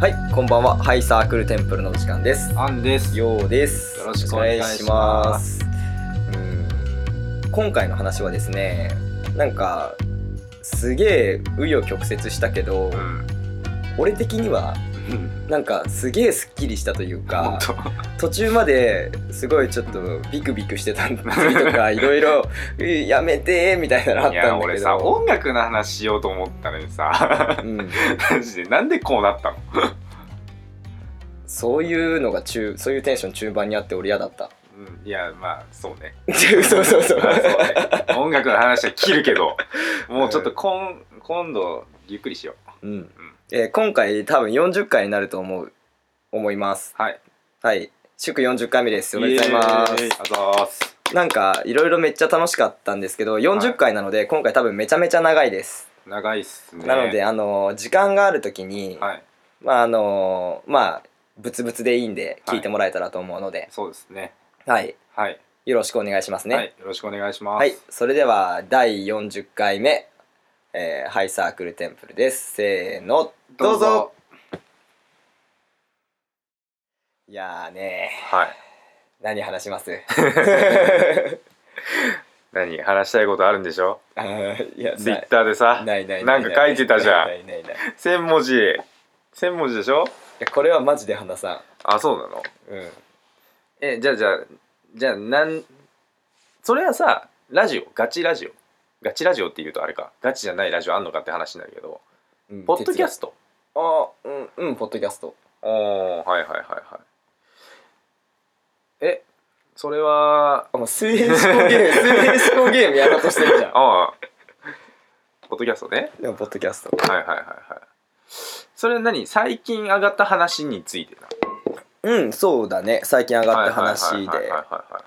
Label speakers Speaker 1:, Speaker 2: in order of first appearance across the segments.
Speaker 1: はい、こんばんは。ハイサークルテンプルのお時間です。
Speaker 2: アンです。
Speaker 1: ようです。
Speaker 2: よろしくお願いします
Speaker 1: よろしくお願いします。うん今回の話はですね、なんか、すげえ紆余曲折したけど、
Speaker 2: うん。
Speaker 1: 俺的には、なんかすげえすっきりしたという
Speaker 2: 本
Speaker 1: か、
Speaker 2: 当。
Speaker 1: 途中まですごいちょっとビクビクしてたり とか、いろいろ、えやめてーみたいなのあっ
Speaker 2: い
Speaker 1: た
Speaker 2: や
Speaker 1: んだけ
Speaker 2: 俺さ
Speaker 1: ど。
Speaker 2: 音楽の話しようと思ったの にさ
Speaker 1: うん、
Speaker 2: マジでなんでこうなったの
Speaker 1: そういうのが中そういうテンション中盤にあって俺嫌だった。
Speaker 2: うんいやまあそうね
Speaker 1: そうそうそう
Speaker 2: まあそうね音楽の話は切るけ どもうちょっとこん、今度ゆっくりしよ
Speaker 1: うんえー今回多分40回になると思う思います
Speaker 2: うはい
Speaker 1: はい祝40回目ですおめでとうございま
Speaker 2: イエーイあざーす
Speaker 1: すなんかいろいろめっちゃ楽しかったんですけど40回なので今回多分めちゃめちゃ長いです、
Speaker 2: 長いっすね
Speaker 1: なのであのー時間がある時に、
Speaker 2: はい
Speaker 1: まああのーまあブツブツでいいんで聞いてもらえたらと思うので
Speaker 2: そうですね
Speaker 1: はい、
Speaker 2: はい、
Speaker 1: よろしくお願いしますね
Speaker 2: はい、よろしくお願いします
Speaker 1: はい、それでは第40回目、えーハイサークルテンプルですせーのどうぞいやーね
Speaker 2: はい
Speaker 1: 何話します
Speaker 2: 何話したいことあるんでしょ
Speaker 1: あーいや
Speaker 2: ツイッターでさ
Speaker 1: ないない
Speaker 2: なんか書いてたじゃん
Speaker 1: ないないないないい
Speaker 2: 1000文字1000文字でしょ
Speaker 1: やこれはマジで話さ
Speaker 2: あそうなの
Speaker 1: んうん
Speaker 2: えじゃあじゃあじゃあなんそれはさラジオガチラジオガチラジオって言うとあれかガチじゃないラジオあんのかって話になるけど
Speaker 1: うん
Speaker 2: ポッドキャスト
Speaker 1: トあーうんうんポッドキャスト
Speaker 2: おおはいはいはいはいえそれは
Speaker 1: あもう水平思 考ゲーム水平思考ゲームやろうとしてるじゃん
Speaker 2: ああポッドキャストね
Speaker 1: でもポッドキャスト
Speaker 2: はいはいはいはいそれ何最近上がった話についてな
Speaker 1: うんそうだね最近上がった話
Speaker 2: はいは
Speaker 1: で
Speaker 2: いはいはいはいはい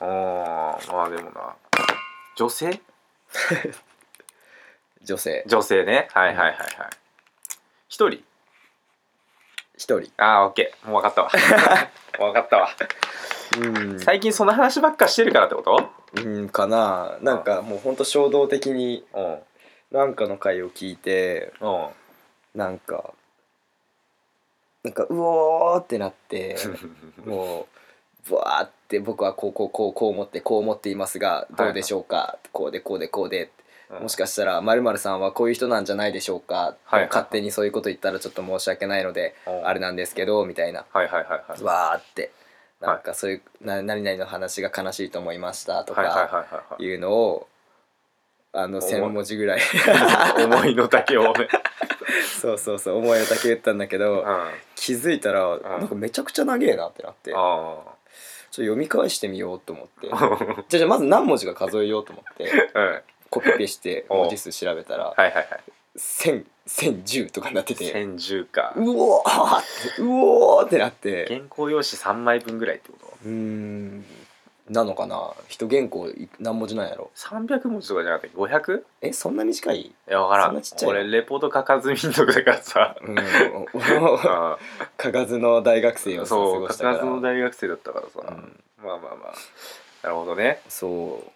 Speaker 2: あーまあでもな女性
Speaker 1: 女性
Speaker 2: 女性ねはいはいはいはい一人
Speaker 1: 一人
Speaker 2: ああオッケーもう分かった わもう分かったわ
Speaker 1: うん
Speaker 2: 最近その話ばっかしてるからってこと
Speaker 1: うんかななんかもうほんと衝動的に
Speaker 2: うん
Speaker 1: なんかの回を聞いて
Speaker 2: うん
Speaker 1: なんかなんかうおーってなってもうブワーって僕はこうこうこうこう思ってこう思っていますがどうでしょうか、こうでこうでこうで
Speaker 2: うん
Speaker 1: もしかしたらまるさんはこういう人なんじゃないでしょうか、
Speaker 2: はいはい
Speaker 1: 勝手にそういうこと言ったらちょっと申し訳ないので、
Speaker 2: うん
Speaker 1: あれなんですけどみたいな
Speaker 2: はいはいはいはい
Speaker 1: わーって
Speaker 2: はい
Speaker 1: なんかそういう、な何々の話が悲しいと思いましたと
Speaker 2: はいはい
Speaker 1: か
Speaker 2: はい
Speaker 1: いうのを。あの
Speaker 2: 重い
Speaker 1: 1,000文字ぐらい
Speaker 2: はい思いの丈を ね
Speaker 1: そうそうそう思いの丈言ったんだけ
Speaker 2: う
Speaker 1: ど
Speaker 2: んあ
Speaker 1: 気づいたらなんかめちゃくちゃ長えなってなってちょっ
Speaker 2: あ
Speaker 1: と読み返してみようと思ってじゃ
Speaker 2: うん
Speaker 1: あじゃあまず何文字か数えようと思って
Speaker 2: はい
Speaker 1: コピペして
Speaker 2: おう
Speaker 1: 文字数調べたら
Speaker 2: はいはい
Speaker 1: 1000 1010とかになってて
Speaker 2: 千十か
Speaker 1: うおーってうおーってなって
Speaker 2: 原稿用紙三枚分ぐらいってこと
Speaker 1: うーんなのかな人原稿い何文字なんやろ
Speaker 2: 三百文字とかじゃなくて五百
Speaker 1: えそんな短い
Speaker 2: いや分から
Speaker 1: そん
Speaker 2: ん
Speaker 1: なちっちゃい
Speaker 2: 俺レポート書かず民族だから さ
Speaker 1: うん
Speaker 2: うん
Speaker 1: 書かずの大学生を過
Speaker 2: そう
Speaker 1: ごしたか
Speaker 2: か
Speaker 1: ら
Speaker 2: ずの大学生だったからさ、
Speaker 1: うん
Speaker 2: まあまあまあなるほどね、
Speaker 1: そう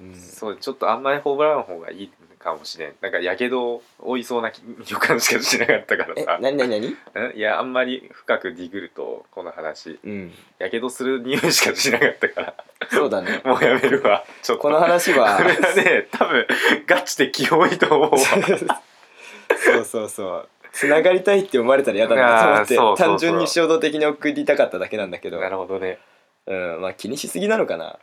Speaker 1: うん
Speaker 2: そうちょっとあんまりホームラン方がいいかもしれんなんかやけどを負いそうな気予感しかしなかったから
Speaker 1: え
Speaker 2: さ
Speaker 1: 何何何
Speaker 2: うんいやあんまり深くディグるとこの話
Speaker 1: うん
Speaker 2: やけどする匂いしかしなかったから
Speaker 1: そうだね
Speaker 2: もうやめるわちょっと
Speaker 1: この話は
Speaker 2: これはね多分ガチで気多いと思うわ
Speaker 1: そうそうそうつながりたいって思われたら嫌だなと
Speaker 2: いやー
Speaker 1: 思っ
Speaker 2: そう
Speaker 1: て
Speaker 2: そうそう
Speaker 1: 単純に衝動的に送りたかっただけなん だけど
Speaker 2: なるほどね
Speaker 1: うんまあ気にしすぎなのかな、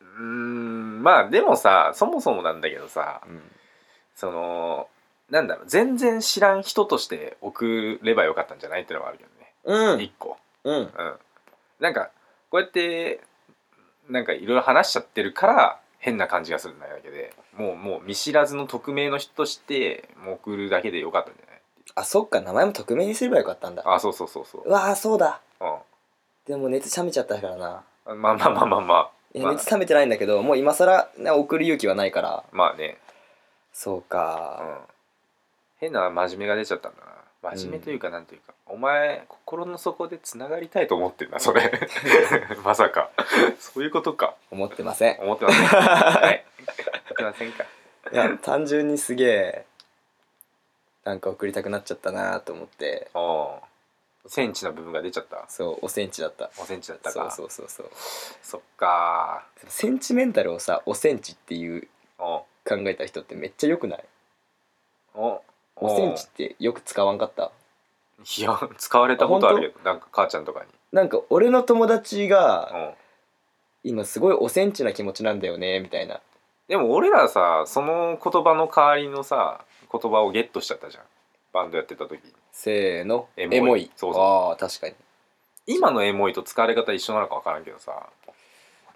Speaker 2: うーんまあでもさそもそもなんだけどさ、そのなんだろう全然知らん人として送ればよかったんじゃないってのはあるけどね、
Speaker 1: うん
Speaker 2: 一個、
Speaker 1: うん
Speaker 2: うん、なんかこうやってなんかいろいろ話しちゃってるから変な感じがするんだけでもうもう見知らずの匿名の人としてもう送るだけでよかったんじゃない
Speaker 1: あそっか名前も匿名にすればよかったんだ
Speaker 2: あそうそうそうそう
Speaker 1: うわーそうだ
Speaker 2: う
Speaker 1: でも熱冷めちゃったからなん
Speaker 2: まあまあまあまあまあ
Speaker 1: い
Speaker 2: ま
Speaker 1: や
Speaker 2: あ
Speaker 1: 熱冷めてないんだけどもう今更ね送る勇気はないから
Speaker 2: まあね、
Speaker 1: そう
Speaker 2: う
Speaker 1: か
Speaker 2: ん、変な真面目が出ちゃったんだな真面目というかなんというか、お前心の底でつながりたいと思ってんだ それまさかそういうことか
Speaker 1: 思ってません
Speaker 2: 思ってませ んか、はい、思ってませんか
Speaker 1: いや単純にすげえなんか送りたくなっちゃったなと思って
Speaker 2: ああセンチの部分が出ちゃった
Speaker 1: そうおセンチだった
Speaker 2: おセンチだった
Speaker 1: そ
Speaker 2: か
Speaker 1: うそうそうそう
Speaker 2: そっか
Speaker 1: センチメンタルをさおセンチっていう
Speaker 2: お
Speaker 1: 考えた人ってめっちゃ良くない
Speaker 2: お
Speaker 1: おセンチってよく使わんかった
Speaker 2: いや使われたことあるけどなんか母ちゃんとかに
Speaker 1: なんか俺の友達
Speaker 2: う
Speaker 1: が
Speaker 2: ん
Speaker 1: 今すごいおセンチな気持ちなんだよねみたいな
Speaker 2: でも俺らさその言葉の代わりのさ言葉をゲットしちゃったじゃんバンドやってた時に
Speaker 1: せーの
Speaker 2: エモいそうそう
Speaker 1: ああ確かに
Speaker 2: 今のエモいと使われ方一緒なのか分からんけどさ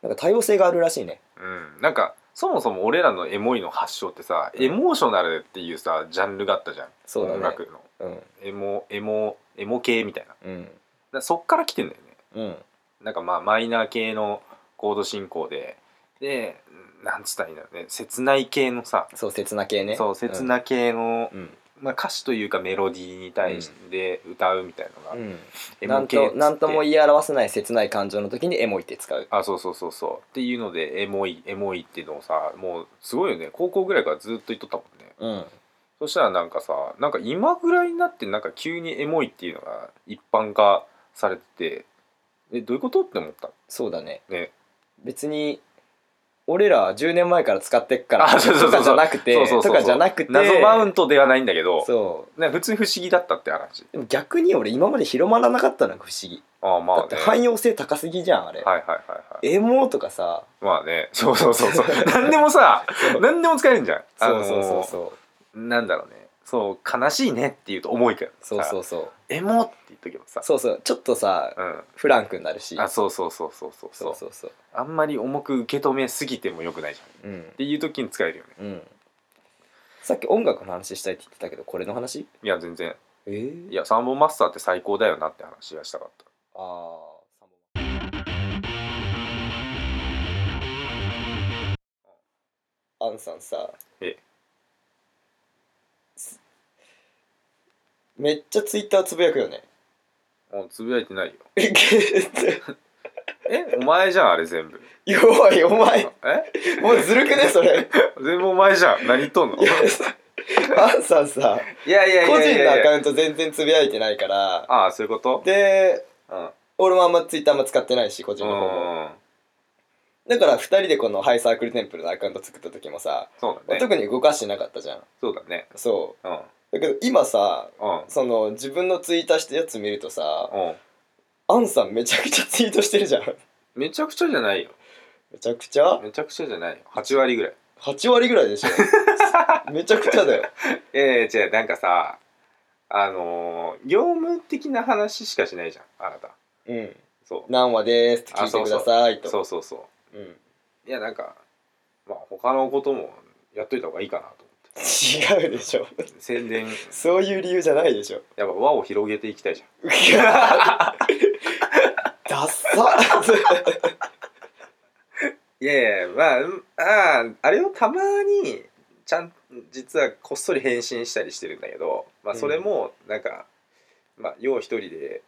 Speaker 1: なんか多様性があるらしいね
Speaker 2: うんなんかそもそも俺らのエモいの発祥ってさ、エモーショナルっていうさジャンルがあったじゃん
Speaker 1: そうだね
Speaker 2: 音楽の
Speaker 1: うん
Speaker 2: エモエモエモ系みたいなだか
Speaker 1: うん
Speaker 2: らそっから来てんだよね
Speaker 1: うん
Speaker 2: なんかまあマイナー系のコード進行ででなんつったらいいんだろうね切ない系のさ、
Speaker 1: そう切な系ね
Speaker 2: そう切な系の、
Speaker 1: うん、
Speaker 2: まあ、歌詞というかメロディーに対して歌うみたいな
Speaker 1: う
Speaker 2: のが、
Speaker 1: ん
Speaker 2: エ
Speaker 1: な
Speaker 2: モ
Speaker 1: ん
Speaker 2: 系っつっ
Speaker 1: と
Speaker 2: て
Speaker 1: なんとも言い表せない切ない感情の時にエモいって使う
Speaker 2: あそうそうそうそうっていうのでエモいエモいっていうのをさもうすごいよね高校ぐらいからずっと言っとったもん
Speaker 1: う
Speaker 2: ね
Speaker 1: ん
Speaker 2: そしたらなんかさなんか今ぐらいになってなんか急にエモいっていうのが一般化されててえどういうことって思った
Speaker 1: そうだね
Speaker 2: ね
Speaker 1: 別に俺ら10年前から使ってっから
Speaker 2: あそうそうそ
Speaker 1: とか
Speaker 2: う
Speaker 1: じゃなくて
Speaker 2: そうそうそうそう
Speaker 1: とかじゃなくて
Speaker 2: 謎マウントではないんだけど
Speaker 1: そ
Speaker 2: ね普通に不思議だったって話
Speaker 1: うでも逆に俺今まで広まらなかったのが不思議
Speaker 2: ああまあ
Speaker 1: だ
Speaker 2: ね
Speaker 1: って汎用性高すぎじゃんあれ、
Speaker 2: はいはいはいはい
Speaker 1: エモとかさ
Speaker 2: まあねそうそうそうそう何でもさ何でも使えるんじゃんあ
Speaker 1: そう
Speaker 2: のー
Speaker 1: そうそうそう
Speaker 2: なんだろうねそう悲しいねって言うと重いから
Speaker 1: そうそううそう
Speaker 2: エモって言っとけばさ
Speaker 1: そうそうちょっとさ
Speaker 2: うん
Speaker 1: フランクになるし
Speaker 2: あそうそうそうそうそうそ
Speaker 1: そううそうそう
Speaker 2: あんまり重く受け止めすぎてもよくないじゃんっ
Speaker 1: うん
Speaker 2: ていう時に使えるよね
Speaker 1: うんさっき音楽の話したいって言ってたけどこれの話
Speaker 2: いや全然
Speaker 1: えー
Speaker 2: いや三本マスターって最高だよなって話がしたかっ
Speaker 1: ああアンさんさ
Speaker 2: ええ
Speaker 1: すめっちゃツイッターつぶやくよね
Speaker 2: たもうつぶやいてないよ
Speaker 1: え
Speaker 2: えお前じゃんあれ全部
Speaker 1: 弱いお前
Speaker 2: え
Speaker 1: もうずるくねそれ
Speaker 2: 全 部お前じゃん何言っとんの
Speaker 1: いやアンさんさ
Speaker 2: いやいや
Speaker 1: 個人のア
Speaker 2: いや
Speaker 1: カウント全然つぶやいてないから
Speaker 2: ああそういうこと
Speaker 1: で
Speaker 2: うん
Speaker 1: 俺もあんまツイッターあんま使ってないし個人の方も
Speaker 2: うん
Speaker 1: だから2人でこのハイサークルテンプルのアカウント作った時もさ、
Speaker 2: そうだね
Speaker 1: 特に動かしてなかったじゃん
Speaker 2: そうだね
Speaker 1: そ
Speaker 2: うん
Speaker 1: うだけど今さ
Speaker 2: うん
Speaker 1: その自分のツイートしたやつ見るとさ
Speaker 2: うん
Speaker 1: アンさんめちゃくちゃツイートしてるじゃん
Speaker 2: めちゃくちゃじゃないよ
Speaker 1: めちゃくちゃ
Speaker 2: めちゃくちゃじゃないよ8割ぐらい
Speaker 1: 8割ぐらいでしょ めちゃくちゃだよ
Speaker 2: ええ違うなんかさあのー業務的な話しかしないじゃんあなた
Speaker 1: うん
Speaker 2: そう
Speaker 1: 何話ですって聞いてくださいと
Speaker 2: そうそうそ
Speaker 1: うん
Speaker 2: ういやなんかまあ他のこともやっといた方がいいかなと
Speaker 1: 違うでしょ
Speaker 2: 思って宣伝
Speaker 1: そういう理由じゃないでしょ
Speaker 2: やっぱ輪を広げていきたいじ
Speaker 1: うぎゃーダッサ
Speaker 2: ゃんいやいやまあうんあーあれをたまにちゃん実はこっそり返信したりしてるんだけど、まあ、それもなんか、まあ要一人で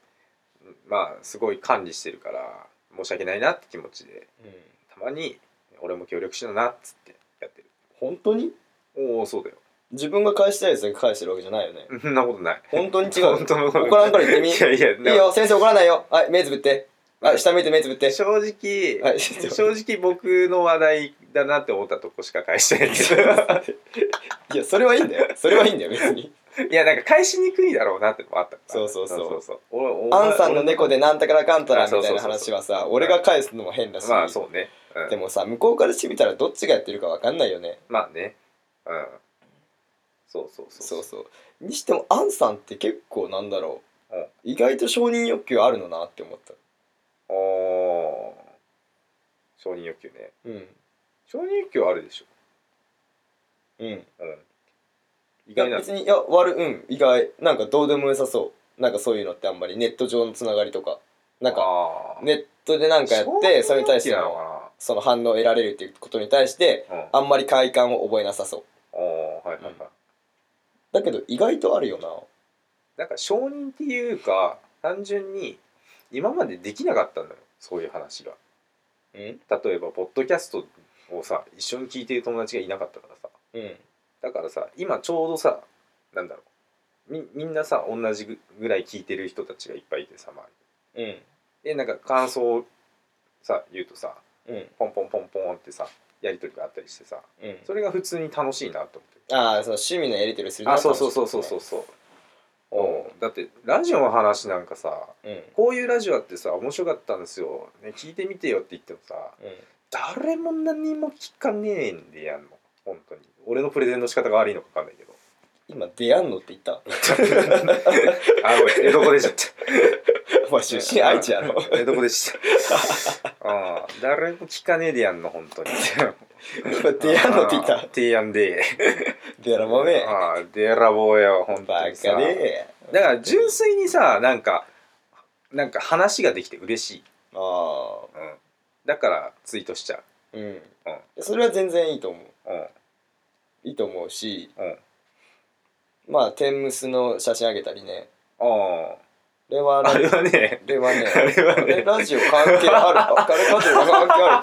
Speaker 2: まあすごい管理してるから申し訳ないなって気持ちで
Speaker 1: うん
Speaker 2: たまに俺も協力しななっつってやってる
Speaker 1: 本当に
Speaker 2: おおそうだよ
Speaker 1: 自分が返したいやつが返してるわけじゃないよね
Speaker 2: そんなことない
Speaker 1: 本当に違う
Speaker 2: 本当のこと
Speaker 1: 怒らんから言ってみ
Speaker 2: いやいや
Speaker 1: いいよ先生怒らないよはい目つぶってはい下向いて目つぶって
Speaker 2: 正直、
Speaker 1: はい
Speaker 2: 正直僕の話題だなって思ったとこしか返してないけ
Speaker 1: いやそれはいいんだよそれはいいんだよ別に
Speaker 2: どいやなんか返しにくいだろうなってのもあったから
Speaker 1: そうそうそう
Speaker 2: そうそうおお
Speaker 1: アンさんの猫でなんたからかんたら
Speaker 2: あ
Speaker 1: み
Speaker 2: そう
Speaker 1: たい
Speaker 2: そう
Speaker 1: な
Speaker 2: そう
Speaker 1: 話はさ俺が返すのも変だし、
Speaker 2: まあそうね、うん、
Speaker 1: でもさ向こうからしてみたらどっちがやってるかわかんないよね
Speaker 2: まあねうんそうそうそう
Speaker 1: そうそうにしてもアンさんって結構なんだろう
Speaker 2: うん、
Speaker 1: 意外と承認欲求あるのなって思った
Speaker 2: おー承認欲求ね
Speaker 1: うん
Speaker 2: 承認欲求あるでしょ
Speaker 1: うん
Speaker 2: うん意
Speaker 1: いや
Speaker 2: 外な
Speaker 1: 別にいや悪いうん意外なんかどうでもよさそうなんかそういうのってあんまりネット上のつながりとかなんか
Speaker 2: か
Speaker 1: ネットでなんかやってそれに対して
Speaker 2: な
Speaker 1: の
Speaker 2: の
Speaker 1: その反応を得られるっていうことに対して
Speaker 2: かなうん
Speaker 1: あんまり快感を覚えなさそう
Speaker 2: おーはいはいはい、
Speaker 1: うんだけど意外とあるよな
Speaker 2: なんか承認っていうか単純に今までできなかったのよそういう話が
Speaker 1: うん
Speaker 2: 例えばポッドキャストをさ一緒に聞いてる友達がいなかったからさ
Speaker 1: うん
Speaker 2: だからさ今ちょうどさなんだろうみみんなさ同じぐぐらい聞いてる人たちがいっぱいいてさ
Speaker 1: う
Speaker 2: 周
Speaker 1: ん
Speaker 2: りでなんか感想をさ言うとさ
Speaker 1: うん
Speaker 2: ポンポンポンポンってさやり取りがあったりしてさ
Speaker 1: うん
Speaker 2: それが普通に楽しいなと思って
Speaker 1: ああその趣味のやり取りするの
Speaker 2: あ
Speaker 1: は
Speaker 2: そう
Speaker 1: 楽しい
Speaker 2: そうそうそうそうそうおだってラジオの話なんかさ
Speaker 1: うん
Speaker 2: こういうラジオあってさ面白かったんですよ、ね、聞いてみてよって言ってもさ
Speaker 1: うん
Speaker 2: 誰も何も聞かねえんでやんの本当に俺のプレゼンの仕方が悪いのか分かんない けど
Speaker 1: 今出会んのって言 った
Speaker 2: あごめん江戸子でしちゃった
Speaker 1: お前出身愛知やろ
Speaker 2: 江戸子でしち ゃったああ誰も聞かねえでやんの本当に
Speaker 1: 今出会んの って言った
Speaker 2: てやんで
Speaker 1: 出らまめ
Speaker 2: ああでらぼうよ本
Speaker 1: バ
Speaker 2: 当
Speaker 1: カ
Speaker 2: にさ
Speaker 1: で
Speaker 2: だから純粋にさなんかなんか話ができて嬉しい、
Speaker 1: ああ
Speaker 2: うん、だからツイートしちゃ
Speaker 1: うんそれは全然いいと思う
Speaker 2: う、うん
Speaker 1: いいと思うし
Speaker 2: うん、あ
Speaker 1: まあ天むすの写真あげたりね
Speaker 2: あ
Speaker 1: これは
Speaker 2: あ
Speaker 1: あ
Speaker 2: れ
Speaker 1: れ
Speaker 2: はね
Speaker 1: はね
Speaker 2: あれは
Speaker 1: あ
Speaker 2: ね
Speaker 1: れラジオ関係あるかあれラジオ関係ある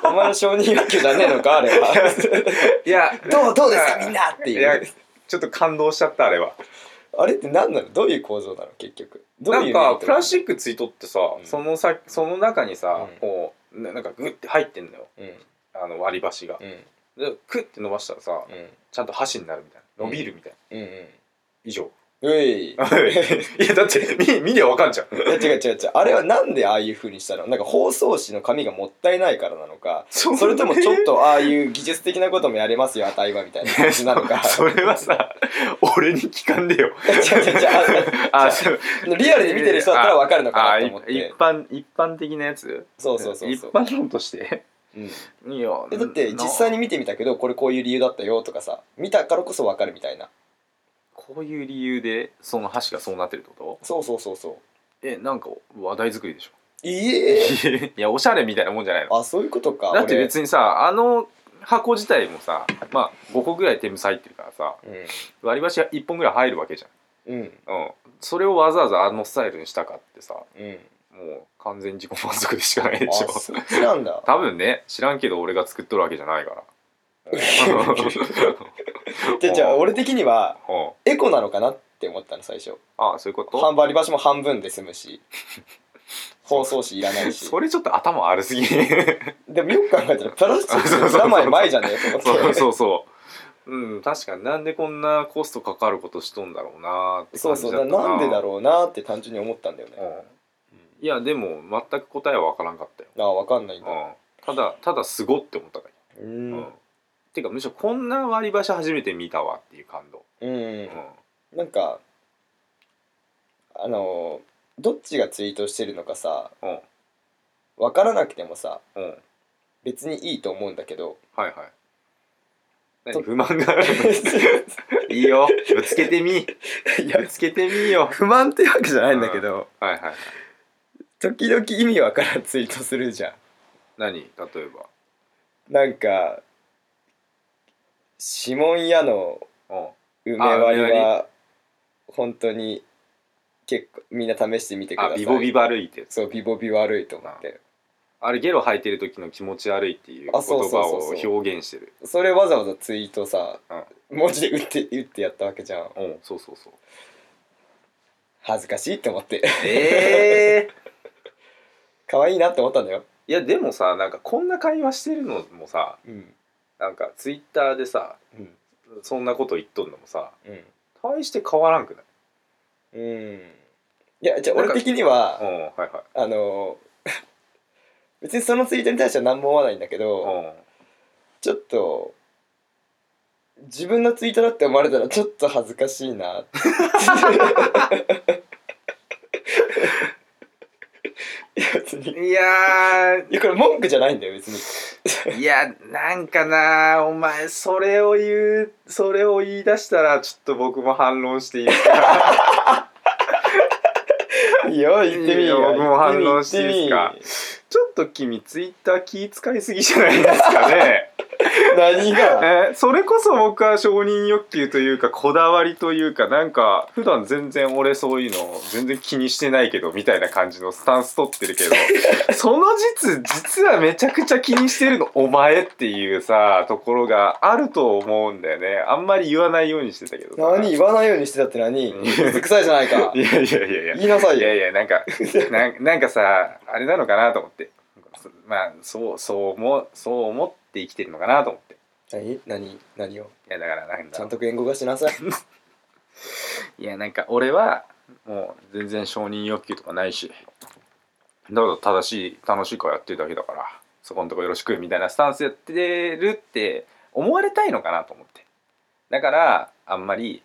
Speaker 1: かお前の承認欲求じゃねえのかあれ は
Speaker 2: いや
Speaker 1: どう どうですかみんなって
Speaker 2: い
Speaker 1: い
Speaker 2: や
Speaker 1: う
Speaker 2: ちょっと感動しちゃったあれは
Speaker 1: あれって何なのどういう構造なの結局どう
Speaker 2: ないん
Speaker 1: う
Speaker 2: かプラスチ
Speaker 1: ッ
Speaker 2: ックツイートってさ、
Speaker 1: うん
Speaker 2: そのさその中にさ、
Speaker 1: うん
Speaker 2: こうななんかグッて入ってんのよ
Speaker 1: クうん
Speaker 2: あの割り箸が
Speaker 1: う、ん
Speaker 2: でクッて伸ばしたらさちゃんと箸になるみたいな伸びるみたいな、
Speaker 1: うんうん
Speaker 2: 以上
Speaker 1: うい
Speaker 2: いやだって見見りゃわかんじゃん
Speaker 1: いや違う違う違うあれはなんでああいう風にしたのなんか包装紙の紙がもったいないからなのか
Speaker 2: そ
Speaker 1: それともちょっとああいう技術的なこともやれますよあたいはみたいな感 じなの か
Speaker 2: それはさ俺に聞かんでよ
Speaker 1: 違う違う違う
Speaker 2: あそう
Speaker 1: あリアルで見てる人だったらわかるのか
Speaker 2: あ
Speaker 1: なと
Speaker 2: い
Speaker 1: 思っ
Speaker 2: 一
Speaker 1: て
Speaker 2: 般一般的なやつ
Speaker 1: そうそうそうそう
Speaker 2: 一般論として
Speaker 1: うん
Speaker 2: いいよ
Speaker 1: えだって実際に見てみたけどこれこういう理由だったよとかさ見たからこそわかるみたいな
Speaker 2: こういう理由でその箸がそうなってるってこ
Speaker 1: そうそうそうそう
Speaker 2: とえなんか話題作りでしょ
Speaker 1: いえ
Speaker 2: いやおしゃれみたいなもんじゃないの
Speaker 1: あそういうことか
Speaker 2: だって
Speaker 1: 俺
Speaker 2: 別にさあの箱自体もさまあ5個ぐらいテムス入ってるからさ割り箸1本ぐらい入るわけじ
Speaker 1: うんうん
Speaker 2: ゃん、うん、それをわざわざあのスタイルにしたかってさも
Speaker 1: うん
Speaker 2: う完全自己満足でしかないでしょ
Speaker 1: あそっちなん だ
Speaker 2: 多分ね知らんけど俺が作っとるわけじゃない から
Speaker 1: じゃあじゃあ俺的には
Speaker 2: うん
Speaker 1: エコなのかなって思ったの最初
Speaker 2: ああそういうこと
Speaker 1: 半割り箸も半分で済む し包装紙いらないし
Speaker 2: それちょっと頭悪 すぎ
Speaker 1: でもよく考えたらプラスチックって7枚前じゃねえと
Speaker 2: そ
Speaker 1: 思っ
Speaker 2: う
Speaker 1: て
Speaker 2: そうそううん確かになんでこんなコストかかることしとんだろうなーって
Speaker 1: そ
Speaker 2: 感
Speaker 1: う
Speaker 2: じ
Speaker 1: そ
Speaker 2: だ
Speaker 1: う
Speaker 2: った
Speaker 1: だからなんでだ
Speaker 2: ろ
Speaker 1: ろうなって単純に思ったんだよね、
Speaker 2: いやでも全く答えは分からんかったよ、
Speaker 1: ああ分かんないんだ
Speaker 2: うん、ただただすごって思っただけ、
Speaker 1: う
Speaker 2: うん
Speaker 1: うん、
Speaker 2: てかむしろこんな割り箸初めて見たわっていう感動、うん
Speaker 1: なんかあのーどっちがツイートしてるのかさ
Speaker 2: うん
Speaker 1: 分からなくてもさ
Speaker 2: うんはい
Speaker 1: 別にいいと思うんだけど
Speaker 2: はい何
Speaker 1: と
Speaker 2: 不満があるのいいよぶつけてみ
Speaker 1: いや
Speaker 2: ぶつけてみよ
Speaker 1: 不満ってわけじゃないんだけど、
Speaker 2: はいはいはい
Speaker 1: 時々意味分からんツイートするじゃん
Speaker 2: 何例えば
Speaker 1: なんか指紋屋の
Speaker 2: うん
Speaker 1: 梅割り
Speaker 2: あ梅
Speaker 1: は本当に結構みんな試してみてくだ
Speaker 2: あ
Speaker 1: さい
Speaker 2: ビボビバルいってやつ
Speaker 1: そうビボビ悪いと思って
Speaker 2: あれゲロ吐いてる時の気持ち悪いっていう言
Speaker 1: あ
Speaker 2: 葉
Speaker 1: そうそうそうそう
Speaker 2: を表現してる
Speaker 1: それわざわざツイートさ、文字で打って打ってやったわけじゃん
Speaker 2: うんそうそうそう
Speaker 1: 恥ずかしいって思って
Speaker 2: ええ
Speaker 1: 可愛いなって思ったんだよ
Speaker 2: いやでもさなんかこんな会話してるのもさ
Speaker 1: うん
Speaker 2: なんかツイッターでさ
Speaker 1: うん
Speaker 2: そんなこと言っとんのもさ
Speaker 1: うん
Speaker 2: 大して変わらんくない
Speaker 1: うんいやじゃあ
Speaker 2: なん
Speaker 1: 俺
Speaker 2: か
Speaker 1: 的には
Speaker 2: うんはいはい
Speaker 1: あの別にそのツイートに対しては何も思わないんだけど、
Speaker 2: う
Speaker 1: ちょっと自分のツイートだって思われたらちょっと恥ずかしい ないや別に
Speaker 2: んいやー
Speaker 1: いやこれ文句じゃないんだよ別に
Speaker 2: いやなんかなお前それを言うそれを言い出したらちょっと僕も反論していいですか
Speaker 1: いいよ言ってみ
Speaker 2: いい
Speaker 1: よ
Speaker 2: よ僕も反応 していいっすかちょっと君ツイッター気使いすぎじゃないですかね
Speaker 1: 何が
Speaker 2: えーそれこそ僕は承認欲求というかこだわりというかなんか普段全然俺そういうの全然気にしてないけどみたいな感じのスタンス取って るけどその実実はめちゃくちゃ気にしてるのお前っていうさところがあると思うんだよねあんまり言わないようにしてたけどさ
Speaker 1: 何言わないようにしてたって何水臭いじゃないか
Speaker 2: いやいやいやいや
Speaker 1: 言いなさい
Speaker 2: いや
Speaker 1: よ
Speaker 2: いやなんかなんなんかさあれなのかなと思ってまあそうそう思うそう思って生きてるのかなと思って
Speaker 1: 何何何を
Speaker 2: いやだからなんだ
Speaker 1: ちゃ
Speaker 2: ろうん
Speaker 1: と言語化しなさい
Speaker 2: いやなんか俺はもう全然承認欲求とかないしだから正しい楽しいからやってるだけだからそこのとこよろしくみたいなスタンスやってるって思われたいのかなと思ってだからあんまり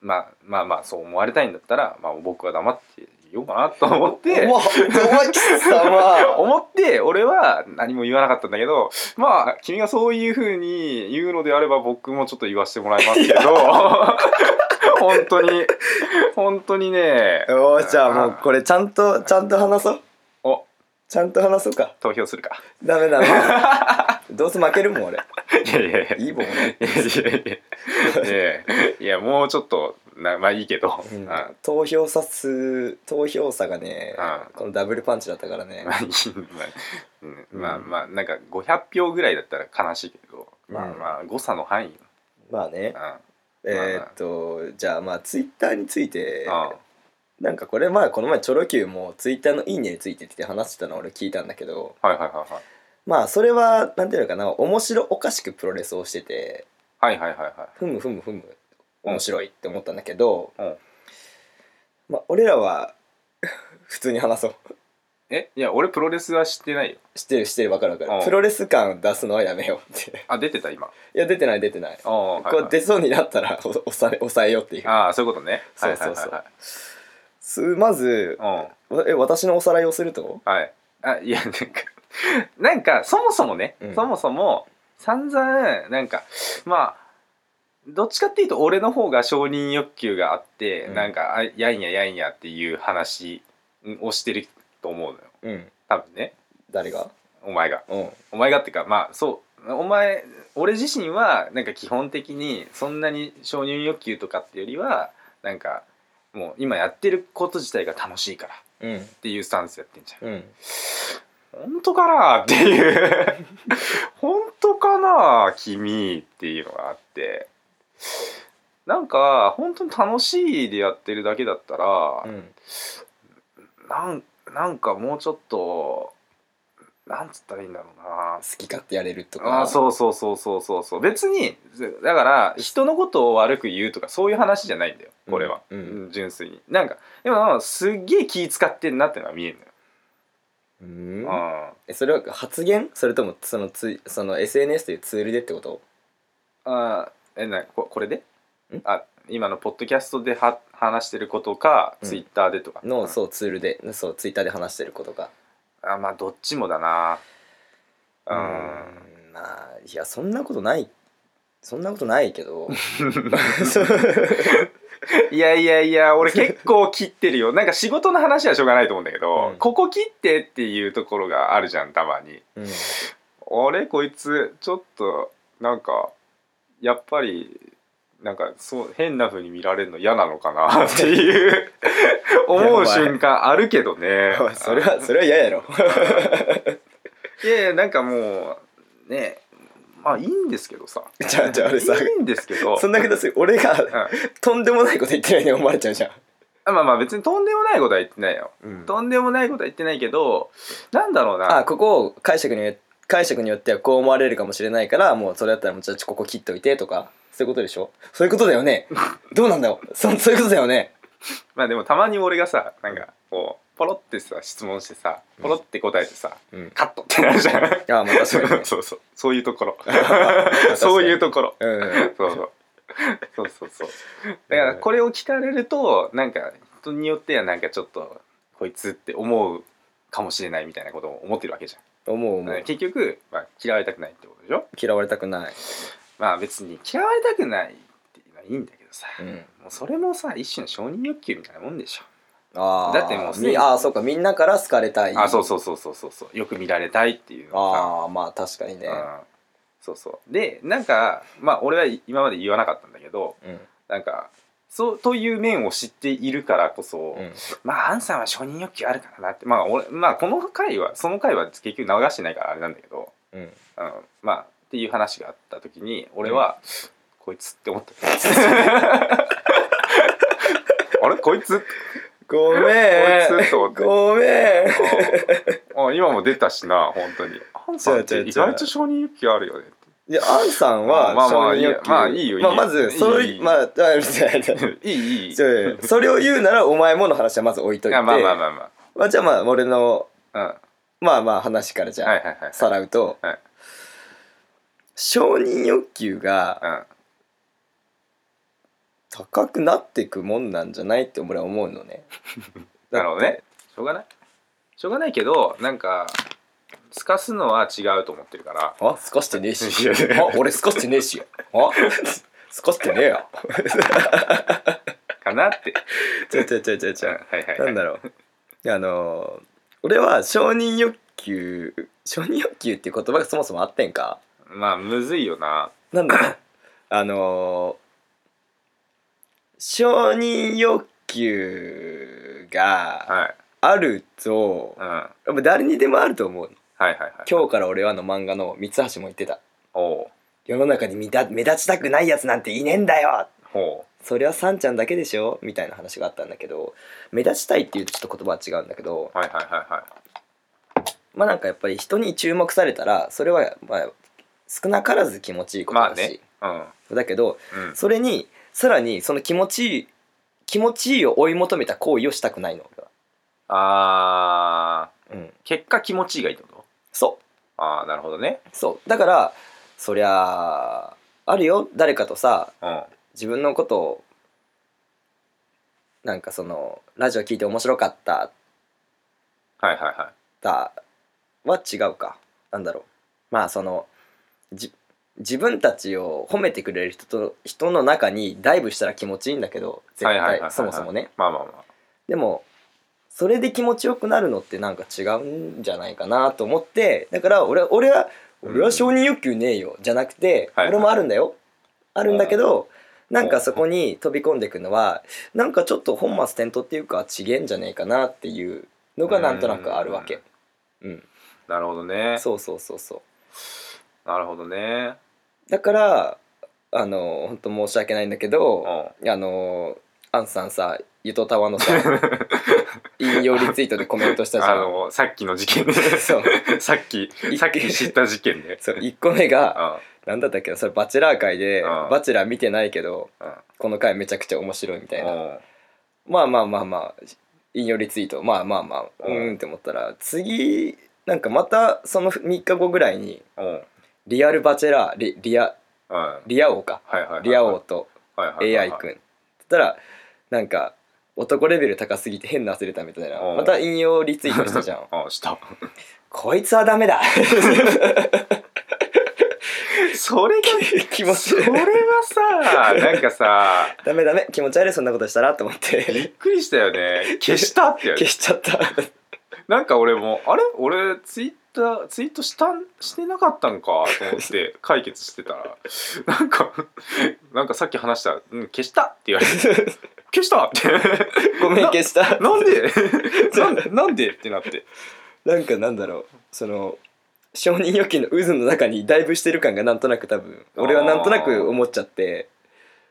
Speaker 2: まあまあまあそう思われたいんだったら、まあ、僕は黙っていようかなと思って
Speaker 1: お前お前貴様
Speaker 2: 思って俺は何も言わなかったんだけどまあ君がそういうふうに言うのであれば僕もちょっと言わせてもらいますけど 本当に本当にね
Speaker 1: おーじゃあもうこれちゃんとちゃんと話そう
Speaker 2: お
Speaker 1: ちゃんと話そうか
Speaker 2: 投票するか
Speaker 1: ダメダメどうせ負けるもん俺
Speaker 2: いやいやいや
Speaker 1: いいもんね
Speaker 2: いやいやいやいやいやいやもうちょっとなまあいいけど、
Speaker 1: う
Speaker 2: うんん、ま
Speaker 1: 投票差数投票差がね
Speaker 2: うん
Speaker 1: このダブルパンチだったからね
Speaker 2: あいいまあうんまあまあなんか500票ぐらいだったら悲しいけど、まあ
Speaker 1: うん
Speaker 2: まあ誤差の範囲、うん
Speaker 1: まあね
Speaker 2: あ
Speaker 1: えーっとじゃあまあツイッターについて
Speaker 2: あ
Speaker 1: なんかこれまあこの前チョロ Q もツイッターの「いいね」についてって話してたの俺聞いたんだけど
Speaker 2: はいはいはいはい
Speaker 1: まあそれはなんていうのかな面白おかしくプロレスをしてて
Speaker 2: はいはいはいはい
Speaker 1: ふむふむふむ面白いって思ったんだけど、
Speaker 2: うん
Speaker 1: まあ俺らは 普通に話そう
Speaker 2: えいや俺プロレスは知ってないよ
Speaker 1: 知ってる知ってる分かる分か
Speaker 2: う
Speaker 1: る
Speaker 2: ん
Speaker 1: プロレス感出すのはやめようって
Speaker 2: あ出てた今
Speaker 1: いや出てない出てない
Speaker 2: ああ、はいはい
Speaker 1: こう出そうになったら お抑え抑えようっていう
Speaker 2: ああそういうことね
Speaker 1: そうそうそう
Speaker 2: はいはい
Speaker 1: すまず
Speaker 2: はいはい
Speaker 1: わえ私のおさらいをすると
Speaker 2: うんはいあいやなんかなんかそもそもね、
Speaker 1: うん
Speaker 2: そもそも散々なんかまあどっちかっていうと俺の方が承認欲求があって、
Speaker 1: うん
Speaker 2: なんかあやんややんやっていう話をしてると思うのよ
Speaker 1: うん
Speaker 2: 多分ね
Speaker 1: 誰が
Speaker 2: お前が
Speaker 1: うん
Speaker 2: お前がっていうかまあそうお前俺自身はなんか基本的にそんなに承認欲求とかっていうよりはなんかもう今やってること自体が楽しいからっ
Speaker 1: うん
Speaker 2: ていうスタンスやってんじゃ
Speaker 1: うん
Speaker 2: ん本当かなっていう 本当かな君っていうのがあってなんか本当に楽しいでやってるだけだったら、
Speaker 1: うん
Speaker 2: なんなんかもうちょっとなんつったらいいんだろうな
Speaker 1: 好き勝手やれるとか
Speaker 2: あーそうそうそうそうそうそう別にだから人のことを悪く言うとかそういう話じゃないんだよこれは、
Speaker 1: うんうん
Speaker 2: うん純粋になんかでもすっげえ気使ってんなってのは見える
Speaker 1: う
Speaker 2: の
Speaker 1: ん
Speaker 2: よ、
Speaker 1: えそれは発言それともそのツイその SNS というツールでってこと
Speaker 2: うん、あーえなここれで
Speaker 1: ん
Speaker 2: あ今のポッドキャストでは話してることか、
Speaker 1: うん
Speaker 2: ツイッターでとか
Speaker 1: の
Speaker 2: う
Speaker 1: そうツールでそうツイッターで話してることか
Speaker 2: んあまあどっちもだなうん
Speaker 1: ーんまあいやそんなことないそんなことないけ ど
Speaker 2: いやいやいや俺結構切ってるよ なんか仕事の話はしょうがないと思うんだけど、
Speaker 1: うん
Speaker 2: ここ切ってっていうところがあるじゃんたまに
Speaker 1: うん
Speaker 2: あれこいつちょっとなんかやっぱりなんかそう変な風に見られるの嫌なのかなって いう思う瞬間あるけどね
Speaker 1: おいそれはそれは嫌やろ
Speaker 2: いやいやなんかもうねまあいいんですけどさ
Speaker 1: じゃあじゃああれさ
Speaker 2: いいんですけど
Speaker 1: そんなことする俺が
Speaker 2: うん
Speaker 1: とんでもないこと言ってないのに思われちゃうじゃん
Speaker 2: あまあまあ別にとんでもないことは言ってないよとんでもないことは言ってないけどなんだろうな
Speaker 1: あここを解釈に解釈によってはこう思われるかもしれないからもうそれだったらもうちょっとここ切っといてとかそういうことでしょそういうことだよねどうなんだよそそういうことだよね
Speaker 2: まあでもたまに俺がさなんかこうポロってさ質問してさポロって答えてさ、
Speaker 1: うん
Speaker 2: カットってなるじゃん
Speaker 1: あまあ確かにね
Speaker 2: そうそうそういうところ
Speaker 1: 確かに
Speaker 2: そういうところ
Speaker 1: うん
Speaker 2: そうそうそうそうそうだからこれを聞かれるとなんか人によってはなんかちょっとこいつって思うかもしれないみたいなことを思ってるわけじ
Speaker 1: 思う
Speaker 2: ゃん、
Speaker 1: 思う
Speaker 2: 結局、まあ、嫌われたくないってことでしょ
Speaker 1: 嫌われたくない、
Speaker 2: まあ別に嫌われたくないっていうのはいいんだけどさ、
Speaker 1: うん、
Speaker 2: もうそれもさ一種の承認欲求みたいなもんでしょ
Speaker 1: あー
Speaker 2: だってもうすでに
Speaker 1: みああそうかみんなから好かれたい
Speaker 2: あそうそうそうそうそうそうよく見られたいっていうのがさ
Speaker 1: あーまあ確かにね
Speaker 2: うんそうそうでなんかまあ俺は今まで言わなかったんだけど
Speaker 1: うん
Speaker 2: なんかそうという面を知っているからこそ、
Speaker 1: うん
Speaker 2: まあアンさんは承認欲求あるからなってまあ俺まあこの回はその回は結局流してないからあれなんだけど、
Speaker 1: うん
Speaker 2: うん、まあっていう話があった時に俺は、こいつって思った あれこいつ
Speaker 1: ごめん
Speaker 2: こいつって思って
Speaker 1: ごめん
Speaker 2: ああ今も出たしな本当にアンさんって意外と承認欲求あるよね
Speaker 1: いやアンさんは
Speaker 2: まあまあ
Speaker 1: 承認欲求
Speaker 2: いいよまあいいよいいよ
Speaker 1: まあまずそ
Speaker 2: いいよい
Speaker 1: れ
Speaker 2: いよ
Speaker 1: まああ違う違う違う
Speaker 2: いいいい
Speaker 1: ちょいやそれを言うならお前もの話はまず置いといて
Speaker 2: あまあまあまあま
Speaker 1: まあじゃあまあ俺の
Speaker 2: あ、うん、
Speaker 1: まあまあ話からじゃあ、
Speaker 2: はいはいはい
Speaker 1: さらうと、
Speaker 2: はい
Speaker 1: 承認欲求が
Speaker 2: うん
Speaker 1: 高くなってくもんなんじゃないって俺は思うの ね
Speaker 2: なるほどねしょうがないしょうがないけどなんか透かすのは違うと思ってるから
Speaker 1: あ少してねえし
Speaker 2: いやいや
Speaker 1: あ俺少してねえしあ少してねえよ
Speaker 2: かなって
Speaker 1: ちょちょちょちょち
Speaker 2: じゃ
Speaker 1: ょ
Speaker 2: あはいはい
Speaker 1: な
Speaker 2: はい
Speaker 1: んだろうあの俺は承認欲求承認欲求っていう言葉がそもそもあってんか
Speaker 2: まあむずいよな
Speaker 1: なんだろ うあの承認欲求が
Speaker 2: はい
Speaker 1: あると
Speaker 2: うんはい
Speaker 1: やっぱ誰にでもあると思う
Speaker 2: はいはい
Speaker 1: 今日から俺はの漫画の三橋も言ってた
Speaker 2: おお
Speaker 1: 世の中に目立目立ちたくないやつなんていねえんだよ
Speaker 2: ほ
Speaker 1: それはさんちゃんだけでしょみたいな話があったんだけど目立ちたいっていうとちょっと言葉は違うんだけど
Speaker 2: うはいはいはいは
Speaker 1: まあなんかやっぱり人に注目されたらそれはまあ少なからず気持ちいい
Speaker 2: い
Speaker 1: こと
Speaker 2: まあ
Speaker 1: だし、
Speaker 2: ねうん
Speaker 1: だけど
Speaker 2: うん
Speaker 1: それにさらにその気持ちいい気持ちいいを追い求めた行為をしたくないの俺は
Speaker 2: あー
Speaker 1: うん
Speaker 2: 結果気持ちいいがいいってこと
Speaker 1: そう
Speaker 2: ああなるほどね
Speaker 1: そうだからそりゃああるよ誰かとさ
Speaker 2: うん
Speaker 1: 自分のことをなんかそのラジオ聞いて面白かった
Speaker 2: はいはいは
Speaker 1: だは違うかなんだろうまあそのじ自分たちを褒めてくれる人と人の中にダイブしたら気持ちいいんだけど絶
Speaker 2: はいはいはいはい
Speaker 1: 対
Speaker 2: はい
Speaker 1: そもそもね
Speaker 2: いまあまあま
Speaker 1: でもそれで気持ちよくなるのってなんか違うんじゃないかなと思ってだから俺は俺は
Speaker 2: うん
Speaker 1: 俺は承認欲求ねえよじゃなくて、
Speaker 2: はいはい
Speaker 1: 俺もあるんだよあるんだけど、なんかそこに飛び込んでいくのはなんかちょっと本末転倒っていうかちげえんじゃねえかなっていうのがなんとなくあるわけうん、
Speaker 2: あなるほどね
Speaker 1: そうそうそうそう
Speaker 2: なるほどね
Speaker 1: だからあの本当申し訳ないんだけ
Speaker 2: うん
Speaker 1: ど、
Speaker 2: は
Speaker 1: あのアンさんさゆとたわのさ 引用リツイートでコメントしたじゃ
Speaker 2: あ
Speaker 1: ん
Speaker 2: のさっきの事件
Speaker 1: そう
Speaker 2: さっき
Speaker 1: い
Speaker 2: さっき知った事件ね
Speaker 1: そう1個目
Speaker 2: う
Speaker 1: が
Speaker 2: ん
Speaker 1: 何だったっけなそれ「バチェラー会で」
Speaker 2: うん
Speaker 1: バチェラー見てないけど
Speaker 2: うん
Speaker 1: この回めちゃくちゃ面白い」みたいな
Speaker 2: うん
Speaker 1: まあまあまあまあ引用リツイートまあまあまあう
Speaker 2: うん
Speaker 1: ーんって思ったら次なんかまたその3日後ぐらいに
Speaker 2: うん
Speaker 1: 「リアルバチェラー」リリア
Speaker 2: うんはい
Speaker 1: リア王か
Speaker 2: はいはいはい
Speaker 1: リア王と
Speaker 2: はいはいはいはい
Speaker 1: AI 君って言ったらなんか男レベル高すぎて変な汗出たみたいな
Speaker 2: うん
Speaker 1: また引用リツイートしたじ ゃん
Speaker 2: あ した
Speaker 1: こいつはダメだ
Speaker 2: それが
Speaker 1: 気持ち
Speaker 2: それはさなんかさ
Speaker 1: ダメダメ気持ち悪いそんなことしたらと思っ
Speaker 2: びってくりしたよね消したってやつ
Speaker 1: 消しちゃった
Speaker 2: なんか俺もあれ俺ツイッターツイートしたんしてなかったんかと 思って解決してたらなんかなんかさっき話した「うん消した」って言われて 「消した!」って
Speaker 1: ごめん消 した
Speaker 2: なんで なんなんでってなって
Speaker 1: なんかなんだろうその承認欲求の渦の中にダイブしてる感がなんとなく多分俺はなんとなく思っちゃって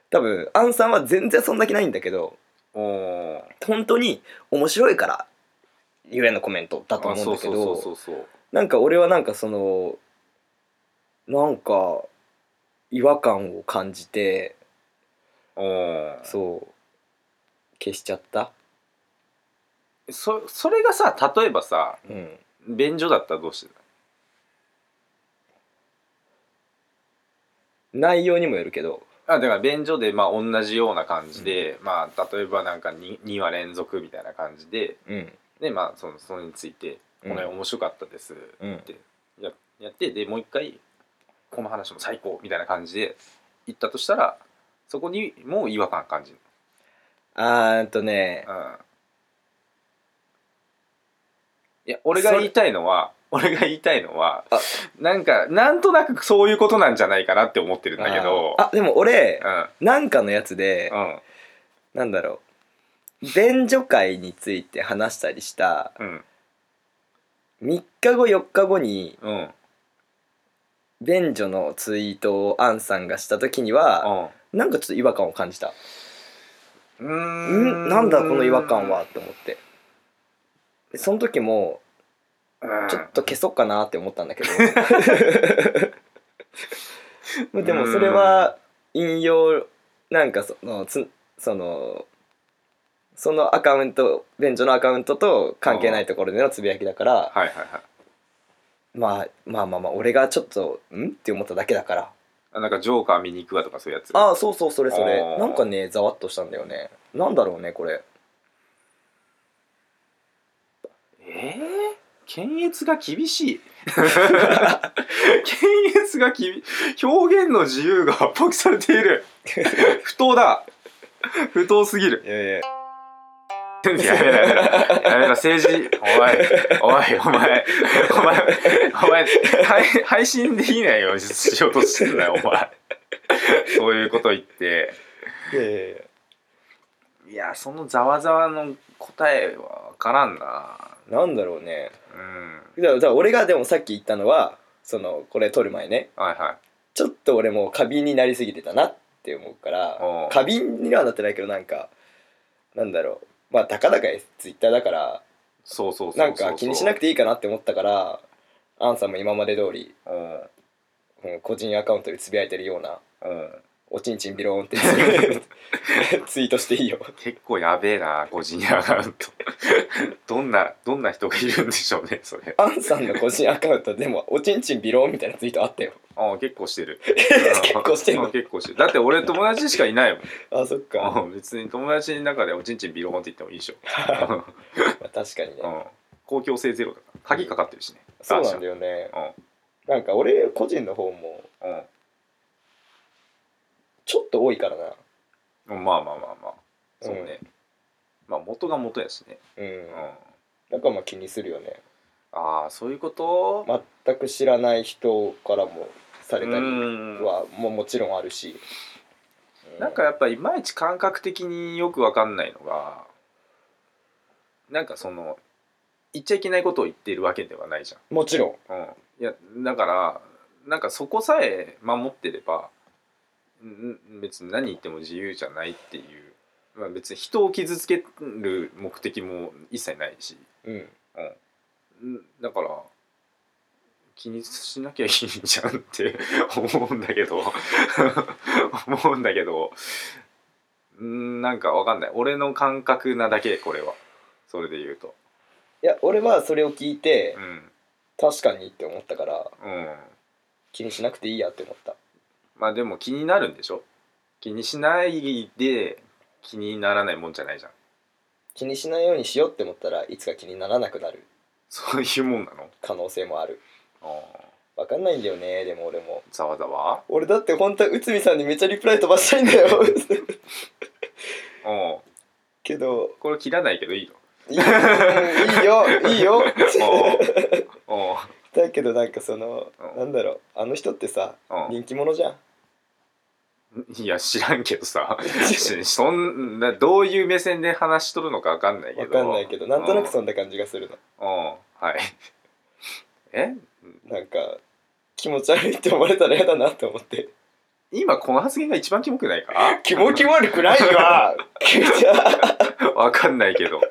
Speaker 1: 多分アンさんは全然そんな気ないんだけど
Speaker 2: おお
Speaker 1: 本当に面白いからゆえのコメントだと思うんだけ
Speaker 2: そうそうそう
Speaker 1: ど
Speaker 2: そう
Speaker 1: なんか俺はなんかそのなんか違和感を感じて
Speaker 2: そうおー
Speaker 1: そう消しちゃった
Speaker 2: そそれがさ例えばさ
Speaker 1: うん
Speaker 2: 便所だったらどうして
Speaker 1: 内容にもよるけど
Speaker 2: あだから便所でまあ同じような感じで、まあ例えばなんか 2, 2話連続みたいな感じで
Speaker 1: うん
Speaker 2: でまあそのそれについて「
Speaker 1: う
Speaker 2: こ
Speaker 1: ん
Speaker 2: れ面白かったです」
Speaker 1: うん
Speaker 2: ってややってでもう一回「この話も最高」みたいな感じで行ったとしたらそこにもう違和感感じる、
Speaker 1: あーんとね
Speaker 2: うん、いや俺が言いたいのは俺が言いたいのは
Speaker 1: あ
Speaker 2: なんかなんとなくそういうことなんじゃないかなって思ってるんだけど
Speaker 1: あーあでも俺
Speaker 2: うん
Speaker 1: なんかのやつで
Speaker 2: うん
Speaker 1: なんだろう便所会について話したりした
Speaker 2: うん
Speaker 1: 3日後4日後に
Speaker 2: うんうん
Speaker 1: 便所のツイートをアンさんがした時にはなんかちょっと違和感を感じた
Speaker 2: うー
Speaker 1: んなんだこの違和感はって思ってでその時も
Speaker 2: うん
Speaker 1: ちょっと消そうかなって思ったんだけど でもそれは引用なんかそのつそのそのアカウント便所のアカウントと関係ないところでのつぶやきだから
Speaker 2: はいはいはい
Speaker 1: まあまあまあまあ俺がちょっとんって思っただけだから
Speaker 2: あなんかジョーカー見に行くわとかそういうやつ
Speaker 1: ああそうそうそれそ
Speaker 2: あ
Speaker 1: れ
Speaker 2: ー
Speaker 1: なんかねざわっとしたんだよねなんだろうねこれ
Speaker 2: えー検閲が厳しい検閲が厳しい表現の自由が圧迫されている不当だ不当すぎる
Speaker 1: いやいや
Speaker 2: やめろやめろやめろ政治おいおいお前お前お前配配信できないようにしようとしてんだよお前そういうこと言って
Speaker 1: いやいやいや
Speaker 2: いやそのざわざわの答えは分からんな
Speaker 1: なんだろうね
Speaker 2: うん
Speaker 1: だからだから俺がでもさっき言ったのはそのこれ撮る前ね
Speaker 2: はいはい
Speaker 1: ちょっと俺もう過敏になりすぎてたなって思うから
Speaker 2: おう
Speaker 1: 過敏にはなってないけどなんかなんだろうまあたかだかツイッターだから
Speaker 2: そうそうそうそう
Speaker 1: なんか気にしなくていいかなって思ったからアンさんも今まで通り、
Speaker 2: うん
Speaker 1: うん、個人アカウントでつぶやいてるような
Speaker 2: うん
Speaker 1: おちんちんビローンってつぶ ツイートしていいよ
Speaker 2: 結構やべえな個人アカウント どんなどんな人がいるんでしょうねそれ
Speaker 1: アンさんの個人アカウントでもおちんちんビローンみたいなツイートあったよ
Speaker 2: ああ結構してる
Speaker 1: 結構してんの
Speaker 2: うん結構してるだって俺友達しかいないもん
Speaker 1: あそっか、ま
Speaker 2: うん別に友達の中でおちんちんビローンって言ってもいいで しょ、
Speaker 1: あ確かにね
Speaker 2: うん、公共性ゼロだから鍵かかってるしね
Speaker 1: そうなんだ
Speaker 2: よ
Speaker 1: よねなんか俺個人の方も
Speaker 2: うん、
Speaker 1: ちょっと多いからな
Speaker 2: うん、まあまあまあまあそうね、まあ元が元やしね、
Speaker 1: うん、
Speaker 2: うん、
Speaker 1: なんかまあ気にするよね
Speaker 2: ああそういうこと、
Speaker 1: 全く知らない人からもされたり
Speaker 2: うん
Speaker 1: はもうもちろんあるし、う
Speaker 2: なんかやっぱいまいち感覚的によくわかんないのがなんかその言っちゃいけないことを言っているわけではないじ
Speaker 1: もちろん
Speaker 2: ゃん。うん、いやだからなんかそこさえ守ってればんん別に何言っても自由じゃないっていう、まあ、別に人を傷つける目的も一切ないし、
Speaker 1: うん
Speaker 2: うん、んだから気にしなきゃいいじゃんって 思うんだけど 思うんだけどうんなんかわかんない俺の感覚なだけこれはそれで言うと
Speaker 1: いや俺はそれを聞いて
Speaker 2: うん
Speaker 1: 確かにって思ったから
Speaker 2: うん
Speaker 1: 気にしなくていいやって思った
Speaker 2: まあでも気になるんでしょ気にしないで気にならないもんじゃないじゃん
Speaker 1: 気にしないようにしようって思ったらいつか気にならなくなる
Speaker 2: そういうもんなの
Speaker 1: 可能性もある
Speaker 2: ああ
Speaker 1: わかんないんだよねでも俺も
Speaker 2: ざわざわ
Speaker 1: 俺だって本当は内海さんにめっちゃリプライ飛ばしたいんだよ
Speaker 2: うん
Speaker 1: けど
Speaker 2: これ切らないけどいいの
Speaker 1: いいようんいいよいい よ
Speaker 2: うんうん
Speaker 1: だけどなんかその
Speaker 2: うん
Speaker 1: なんだろうあの人ってさ
Speaker 2: うん
Speaker 1: 人気者じゃん
Speaker 2: いや知らんけどさ しそんなどういう目線で話しとるのかわかんないけ
Speaker 1: わ
Speaker 2: ど
Speaker 1: かんないけどなんとなく
Speaker 2: う
Speaker 1: そんな感じがするの
Speaker 2: んうんはい え
Speaker 1: なんか気持ち悪いって思われたら嫌だなと思って
Speaker 2: 今この発言が一番キモくないか
Speaker 1: 気持ち悪くないわ
Speaker 2: わかんないけど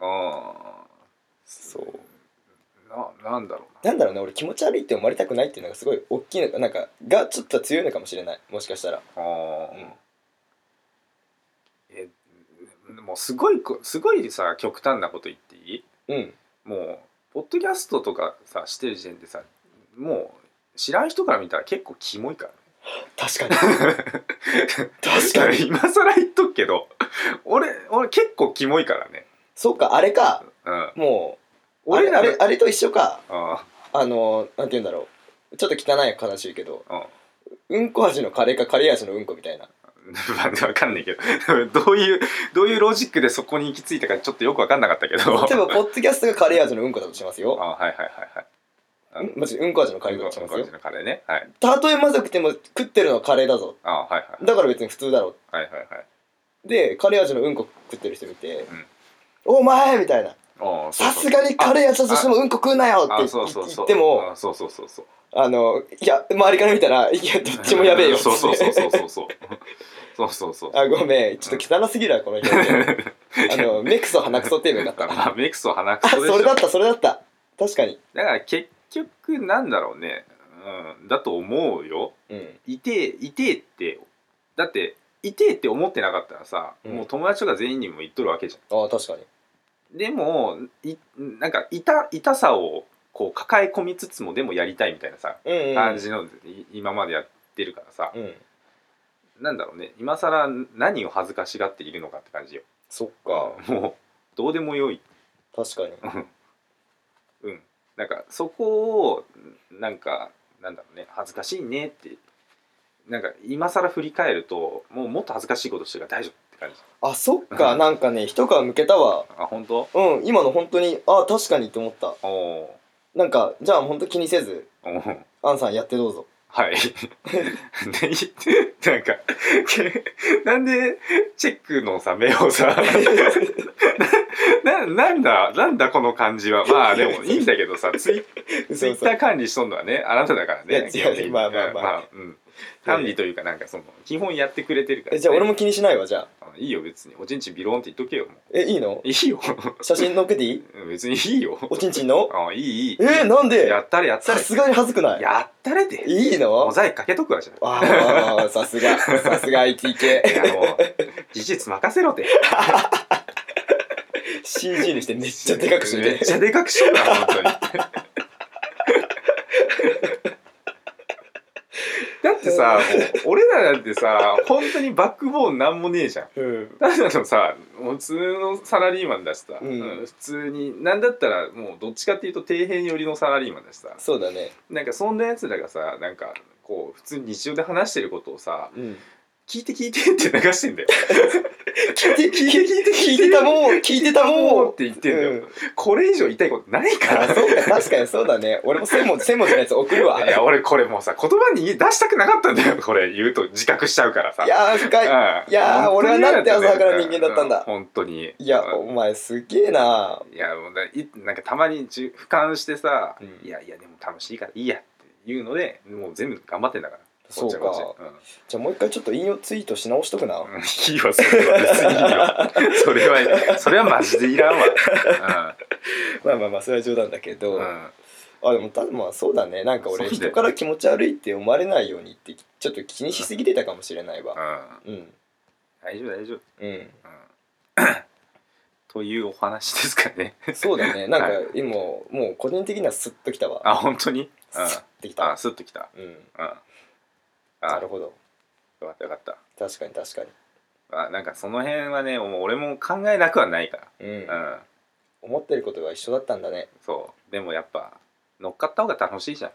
Speaker 2: あ
Speaker 1: そう
Speaker 2: あななんだろ う
Speaker 1: なんだろうね俺気持ち悪いって思われたくないっていうのがすごい大きいのなんかがちょっと強いのかもしれないもしかしたら
Speaker 2: なあ、
Speaker 1: うん
Speaker 2: えもうすごいこすごいさ極端なこと言っていい
Speaker 1: うん
Speaker 2: もうポッドキャストとかさしてる時点でさもう知らん人から見たら結構キモいからね
Speaker 1: 確 かに確かに
Speaker 2: 今更言っとくけど俺俺結構キモいからね
Speaker 1: そうかあれか
Speaker 2: うん
Speaker 1: もうあ
Speaker 2: 俺
Speaker 1: れ
Speaker 2: ら
Speaker 1: あ
Speaker 2: の
Speaker 1: れあれと一緒か
Speaker 2: あ
Speaker 1: あのなんて言うんだろうちょっと汚い話言うけど
Speaker 2: あ
Speaker 1: うんこ味のカレーかカレー味のうんこみたいな
Speaker 2: うわかんないけど どういうどういうロジックでそこに行き着いたかちょっとよくわかんなかったけど あ
Speaker 1: 例えばポッドキャストがカレー味のうんこだとしますよ
Speaker 2: はいはいはいはい
Speaker 1: んマジうんこ味のカ
Speaker 2: は
Speaker 1: レ
Speaker 2: い
Speaker 1: ーだとしますよ
Speaker 2: のカレーねはい
Speaker 1: たとえまずくても食ってるのはカレーだぞ
Speaker 2: あはいはい
Speaker 1: だから別に普通だろ
Speaker 2: はいはいはい
Speaker 1: でカレー味のうんこ食ってる人見て「お前!」みたいな
Speaker 2: ああ
Speaker 1: 「さすがにカレー味だとしてもうんこ食うなよ!」って
Speaker 2: あ
Speaker 1: 言
Speaker 2: そうそう
Speaker 1: 言
Speaker 2: そう
Speaker 1: っても
Speaker 2: あそうそうそうそう
Speaker 1: あのいや周りから見たら「いやどっちもやべえよ」
Speaker 2: そうそうそうそう うそうそうそうそうそう
Speaker 1: あごめんちょっと汚すぎるわこの 表現あの目くそ鼻くそっていうのだった
Speaker 2: まあ目くそ鼻く
Speaker 1: あ
Speaker 2: そでし
Speaker 1: そ
Speaker 2: ょ
Speaker 1: れだったそれだった確かに
Speaker 2: だから結局なんだろうね、うん、だと思うよ
Speaker 1: うん
Speaker 2: いてえいてえってだっていてえって思ってなかったらさ、
Speaker 1: うん
Speaker 2: もう友達とか全員にも言っとるわけじゃ
Speaker 1: あ確かに
Speaker 2: んでもいなんか痛痛さをこう抱え込みつつもでもやりたいみたいなさ
Speaker 1: うんうん
Speaker 2: 感じの、い今までやってるからさ、
Speaker 1: うん
Speaker 2: なんだろうね今更何を恥ずかしがっているのかって感じよ
Speaker 1: そっか
Speaker 2: もうどうでもよい
Speaker 1: 確かに
Speaker 2: うんうんなんかそこをなんかなんだろうね恥ずかしいねってなんか今更振り返るともうもっと恥ずかしいことしてるから大丈夫って感じ
Speaker 1: あそっかなんかね一皮むけたわ
Speaker 2: あ本当
Speaker 1: うん今の本当にあ確かにって思った
Speaker 2: おお
Speaker 1: なんかじゃあ本当気にせず
Speaker 2: ーおー
Speaker 1: アンさんやってどう ぞ
Speaker 2: はいでなんかけなんでチェックのさ目をさななんだなんだこの感じはまあでもいいんだけどさツイツイッター管理しとんのはねあなただからね
Speaker 1: いや違うまあまあまあ
Speaker 2: うん、管理というかなんかその基本やってくれてるから、
Speaker 1: え
Speaker 2: ね、
Speaker 1: じゃあ俺も気にしないわじゃあ
Speaker 2: あいいよ別におちんちんビローンって言っとけよも
Speaker 1: えいいの
Speaker 2: ういいよ
Speaker 1: 写真載っけていい
Speaker 2: うん別にいいよ
Speaker 1: おちんちんの
Speaker 2: あいいいい
Speaker 1: えー、なんで
Speaker 2: やったれやった
Speaker 1: さ
Speaker 2: れ
Speaker 1: すがに恥ずくない
Speaker 2: やったれで
Speaker 1: いい
Speaker 2: モ
Speaker 1: の
Speaker 2: ザイクかけとくわじゃあ
Speaker 1: あーさすがさすが IT 系
Speaker 2: いやもう事実任せろって
Speaker 1: CG にしてめっちゃでかくし
Speaker 2: め
Speaker 1: て
Speaker 2: っちゃでかくしとんだ本 当にだってさもう俺らなんてさ本当にバックボーンなんもねえじゃん
Speaker 1: うん
Speaker 2: ただのさ普通のサラリーマンだしさ、
Speaker 1: うん
Speaker 2: うん普通になんだったらもうどっちかっていうと底辺寄りのサラリーマンだしさ
Speaker 1: そうだね
Speaker 2: なんかそんなやつらがさなんかこう普通に日常で話してることをさ
Speaker 1: うん
Speaker 2: 「聞いて聞いて」って流してんだよ。
Speaker 1: 聞いて聞いて聞いてたもん聞いてた も
Speaker 2: も
Speaker 1: ん
Speaker 2: うって言ってんだよ、
Speaker 1: うん
Speaker 2: これ以上痛いことないか
Speaker 1: あ
Speaker 2: ら。
Speaker 1: そうか確かにそうだね俺も千文字千文字のやつ送るわ
Speaker 2: い や俺これもうさ言葉に出したくなかったんだよこれ言うと自覚しちゃうからさ
Speaker 1: いやー深い
Speaker 2: うん
Speaker 1: いやー
Speaker 2: 本当に
Speaker 1: 俺はなんて
Speaker 2: 嫌
Speaker 1: 浅はか
Speaker 2: よ
Speaker 1: な人間だったんだ
Speaker 2: う本当に
Speaker 1: いや
Speaker 2: うん
Speaker 1: お前すげえない
Speaker 2: やもうないなんかたまにじゅ俯瞰してさ、
Speaker 1: うん
Speaker 2: いやいやでも楽しいからいいやっていうのでもう全部頑張ってんだから
Speaker 1: そうか
Speaker 2: こっちはこっち
Speaker 1: じゃあもう一回ちょっと引用ツイートし直しとくな
Speaker 2: うんうんいいよそれは別にいいよそれ はそれはマジでいらんわ、
Speaker 1: まあまあまあそれは冗談だけ
Speaker 2: うん
Speaker 1: ど、
Speaker 2: うん
Speaker 1: あでもただまあそうだねなんか俺
Speaker 2: そうだよ
Speaker 1: 人から気持ち悪いって思われないようにってちょっと気にしすぎてたかもしれないわ
Speaker 2: うん
Speaker 1: うん
Speaker 2: 大丈夫大丈夫、うん、
Speaker 1: うん
Speaker 2: というお話ですかね
Speaker 1: そうだ ねなんか
Speaker 2: は
Speaker 1: 今もう個人的にはスッときたわ
Speaker 2: あ本当に、うん、
Speaker 1: スッてき
Speaker 2: あ
Speaker 1: た
Speaker 2: スッときた、
Speaker 1: うん
Speaker 2: うん、あ
Speaker 1: な
Speaker 2: よ
Speaker 1: るほど
Speaker 2: かったよかった
Speaker 1: 確かに確かに
Speaker 2: あなんかその辺はねもう俺も考えなくはないか
Speaker 1: うん
Speaker 2: ら、うん
Speaker 1: 思ってることが一緒だったんだね
Speaker 2: そうでもやっぱ乗っかった方が楽しいじゃん、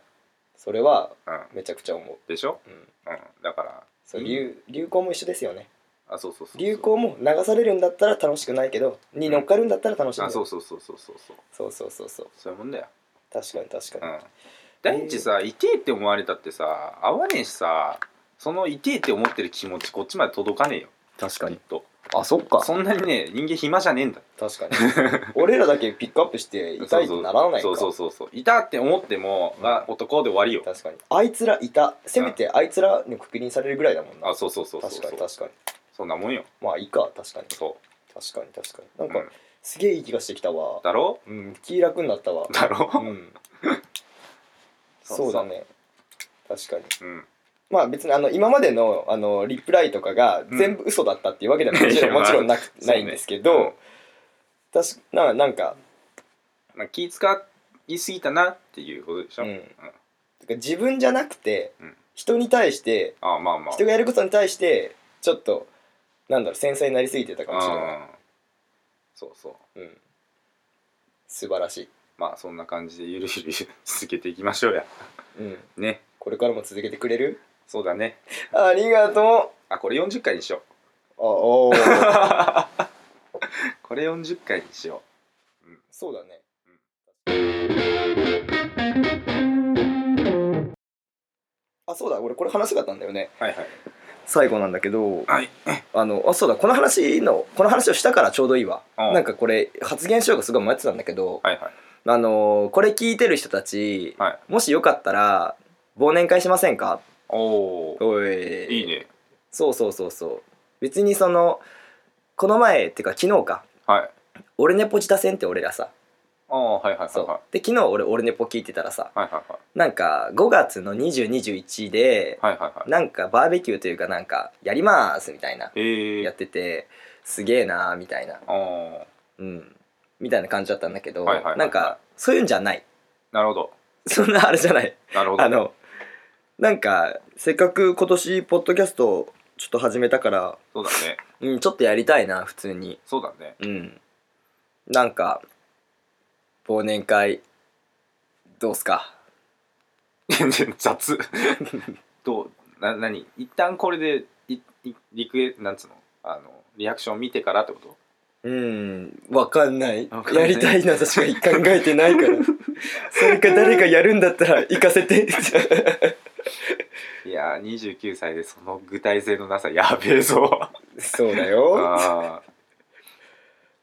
Speaker 1: それは
Speaker 2: うん、
Speaker 1: めちゃくちゃ思う
Speaker 2: でしょ、
Speaker 1: うん
Speaker 2: うん、だから
Speaker 1: そう
Speaker 2: うん
Speaker 1: 流流行も一緒ですよね
Speaker 2: あそうそうそうそう
Speaker 1: 流行も流されるんだったら楽しくないけどに乗っかるんだったら楽しいんだ
Speaker 2: あ
Speaker 1: よ
Speaker 2: そうそうそうそうそうそう
Speaker 1: そうそうそうそう
Speaker 2: そういうもんだよ
Speaker 1: 確かに確
Speaker 2: う
Speaker 1: か
Speaker 2: ん第一さ「痛え」って思われたってさ合わねえしさその「痛え」って思ってる気持ちこっちまで届かねえよ
Speaker 1: に確か
Speaker 2: きっと
Speaker 1: あそっか
Speaker 2: そんなにね人間暇じゃねえんだ
Speaker 1: 確 かに俺らだけピックアップして痛いってならないか
Speaker 2: そうそうそうそう痛って思っても、
Speaker 1: うん
Speaker 2: あ男で終わりよ
Speaker 1: 確かにあいつらいたせめてあいつらに確認されるぐらいだもんな
Speaker 2: あそうそうそうそう
Speaker 1: 確かに
Speaker 2: そう
Speaker 1: 確かに
Speaker 2: そんなもんよ
Speaker 1: まあいいか確かに
Speaker 2: そ
Speaker 1: 確かに確かに
Speaker 2: う
Speaker 1: なんか、
Speaker 2: うん
Speaker 1: すげえいい気がしてきたわ
Speaker 2: だろ
Speaker 1: うん気楽になったわ
Speaker 2: だろ
Speaker 1: うん
Speaker 2: そう
Speaker 1: そうだね確かに
Speaker 2: うん
Speaker 1: まあ別にあの今までのあのリプライとかが
Speaker 2: うん
Speaker 1: 全部嘘だったっていうわけではもち ろん,、
Speaker 2: いや
Speaker 1: もちろんな
Speaker 2: ま
Speaker 1: く
Speaker 2: あ
Speaker 1: ないんですけど、
Speaker 2: そうね
Speaker 1: 確かななんか,、
Speaker 2: まあ気使いすぎたなっていうことでし
Speaker 1: う
Speaker 2: ょ、
Speaker 1: ん、てか自分じゃなくて、
Speaker 2: うん
Speaker 1: 人に対して
Speaker 2: あまあまあ
Speaker 1: 人がやることに対してちょっとなんだろう繊細になりすぎてたかもしれない、
Speaker 2: うんそうそう
Speaker 1: うん、素晴らしい、
Speaker 2: まあそんな感じでゆるゆる 続けていきましょうや
Speaker 1: うん、
Speaker 2: ね
Speaker 1: これからも続けてくれる
Speaker 2: そうだね
Speaker 1: ありがとう
Speaker 2: あこれ40回にしよ
Speaker 1: おー
Speaker 2: うこれ40回にしよ
Speaker 1: そうだね
Speaker 2: うん。
Speaker 1: あそうだ俺これ話したかったんだよね
Speaker 2: うはいはい
Speaker 1: 最後なんだけど
Speaker 2: はい
Speaker 1: あのあそうだこの話のこの話をしたからちょうどいいわ
Speaker 2: うん
Speaker 1: なんかこれ発言しようかすごい迷ってたんだけど
Speaker 2: はいはい
Speaker 1: あのーこれ聞いてる人たち
Speaker 2: はい
Speaker 1: もしよかったら忘年会しませんか
Speaker 2: おお
Speaker 1: おい
Speaker 2: いいね
Speaker 1: そうそうそうそう別にそのこの前っていうか昨日か
Speaker 2: はい
Speaker 1: 「俺ネポ自他戦」って俺らさ
Speaker 2: ああはいはいはい
Speaker 1: そう
Speaker 2: は
Speaker 1: で昨日俺「俺ネポ」聞いてたらさ
Speaker 2: いはいはい
Speaker 1: なんか5月の2021で
Speaker 2: はいはいはい
Speaker 1: なんかバーベキューというかなんかやりますみたいな
Speaker 2: ええ
Speaker 1: やっててすげえなーみたいな
Speaker 2: ああ
Speaker 1: うんみたいな感じだったんだけど
Speaker 2: はいはいはいはい
Speaker 1: なんかそういうんじゃない
Speaker 2: なるほど
Speaker 1: そんなあれじゃない
Speaker 2: なるほど
Speaker 1: あのなんかせっかく今年ポッドキャストちょっと始めたから、
Speaker 2: そうだね
Speaker 1: うん、ちょっとやりたいな普通に
Speaker 2: そうだね
Speaker 1: うんなんか忘年会どうすか
Speaker 2: 雑どうな何一旦これでいいリクエなんつうのあのリアクション見てからってこと
Speaker 1: うんわかんない
Speaker 2: わかんな
Speaker 1: や
Speaker 2: い
Speaker 1: りたいなとしか考えてないから それか誰かやるんだったら行かせて
Speaker 2: いやー29歳でその具体性のなさやべえ ぞ
Speaker 1: そうだよ
Speaker 2: あー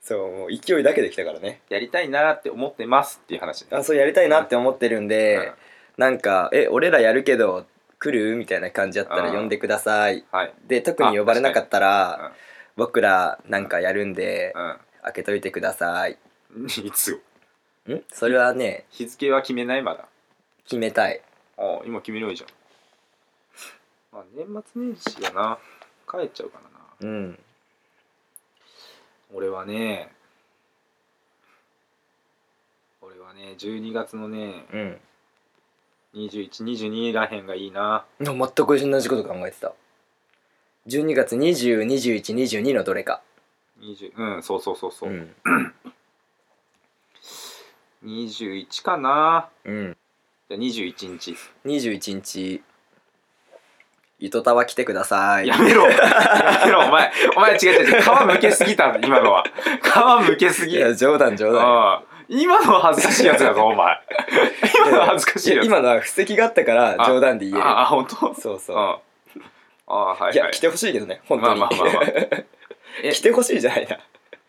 Speaker 1: そうもう勢いだけできたからね
Speaker 2: やりたいなーって思ってますっていう話ね
Speaker 1: あそうやりたいなって思ってるんで、なんか「え俺らやるけど来る?」みたいな感じだったら
Speaker 2: うん
Speaker 1: 呼んでください
Speaker 2: うんはい
Speaker 1: で特に呼ばれなかったら
Speaker 2: あ
Speaker 1: 僕らなんかやるんで
Speaker 2: う
Speaker 1: 開けといてください
Speaker 2: ん いつよ
Speaker 1: んそれはね
Speaker 2: 日付は決めないまだ
Speaker 1: 決めたい
Speaker 2: ああ今決めればいいじゃんまあ年末年始やな帰っちゃうからな
Speaker 1: うん
Speaker 2: 俺はね俺はね12月のね
Speaker 1: うん
Speaker 2: 2122らへんがいいな
Speaker 1: 全く同じこと考えてた12月202122のどれか
Speaker 2: 20うんそうそうそうそう、
Speaker 1: ん、
Speaker 2: 21かな
Speaker 1: うん、
Speaker 2: じゃあ21日、
Speaker 1: 21日糸たわ来てください
Speaker 2: やめろやめろお前お前違う違う違う皮むけすぎた今のは皮むけす
Speaker 1: い
Speaker 2: ぎ
Speaker 1: や冗談冗談
Speaker 2: ああ今のは恥ずかしいやつだぞお前今のは恥ずかしい
Speaker 1: い
Speaker 2: や
Speaker 1: や
Speaker 2: つ
Speaker 1: 今のは布石があったから冗談で言える
Speaker 2: ああ本当
Speaker 1: そうそう
Speaker 2: うんああはい、はい、
Speaker 1: いや来てほしいけどね本当に、
Speaker 2: まあまあ まあまあえ
Speaker 1: 来てほしいじゃないな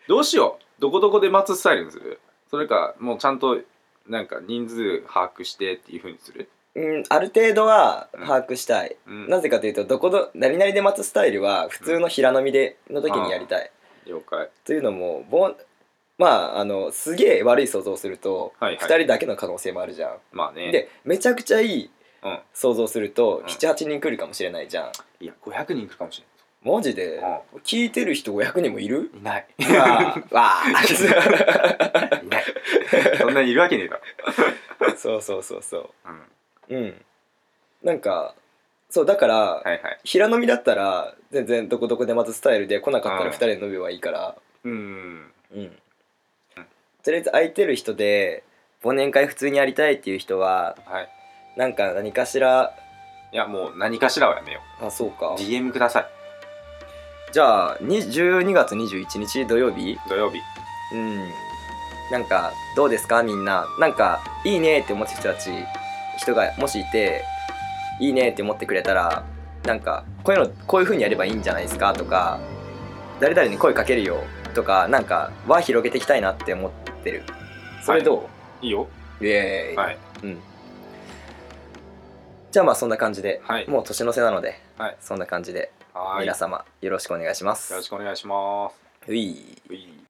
Speaker 2: どうしようどこどこで待つスタイルにするそれかもうちゃんとなんか人数把握してっていうふうにする、
Speaker 1: うんある程度は
Speaker 2: うん
Speaker 1: 把握したい、
Speaker 2: うん、
Speaker 1: なぜかというとどこの何々で待つスタイルは普通の平飲みでの時にやりたい、
Speaker 2: 了解
Speaker 1: というのもぼんまああのすげえ悪い想像をすると、
Speaker 2: はいはい
Speaker 1: 2人だけの可能性もあるじゃん、
Speaker 2: まあね
Speaker 1: でめちゃくちゃいい
Speaker 2: うん、
Speaker 1: 想像すると、
Speaker 2: うん
Speaker 1: 78人来るかもしれないじゃん
Speaker 2: いや500人いるかもしれ
Speaker 1: マジで、
Speaker 2: う
Speaker 1: 聞いてる人500人もいる
Speaker 2: ないいない
Speaker 1: う わあわあ
Speaker 2: いないそんなにいるわけねえだろ、
Speaker 1: そうそうそうそう
Speaker 2: うん、
Speaker 1: うんなんかそうだから、
Speaker 2: はいはい
Speaker 1: 平飲みだったら全然どこどこで待つスタイルで来なかった
Speaker 2: う
Speaker 1: ら2
Speaker 2: ん
Speaker 1: 人で飲めばいいから
Speaker 2: うん
Speaker 1: うん、とりあえず空いてる人で忘年会普通にやりたいっていう人は
Speaker 2: はい
Speaker 1: なんか何かしら
Speaker 2: いやもう何かしらはやめよ
Speaker 1: あそう
Speaker 2: う
Speaker 1: か
Speaker 2: DM ください
Speaker 1: じゃあに12月21日土曜日
Speaker 2: 土曜日
Speaker 1: うんなんかどうですかみんななんかいいねって思ってる人たち人がもしいていいねって思ってくれたらなんかこういうのこういう風にやればいいんじゃないですかとか誰々に声かけるよとかなんか輪広げていきたいなって思ってるそれどう、
Speaker 2: いいよ
Speaker 1: イエーイ、
Speaker 2: はい
Speaker 1: うん、じゃあまあそんな感じで、
Speaker 2: はい
Speaker 1: もう年の瀬なので、
Speaker 2: はい
Speaker 1: そんな感じで
Speaker 2: はーい
Speaker 1: 皆様よろしくお願いします
Speaker 2: よろしくお願いします
Speaker 1: ういう
Speaker 2: い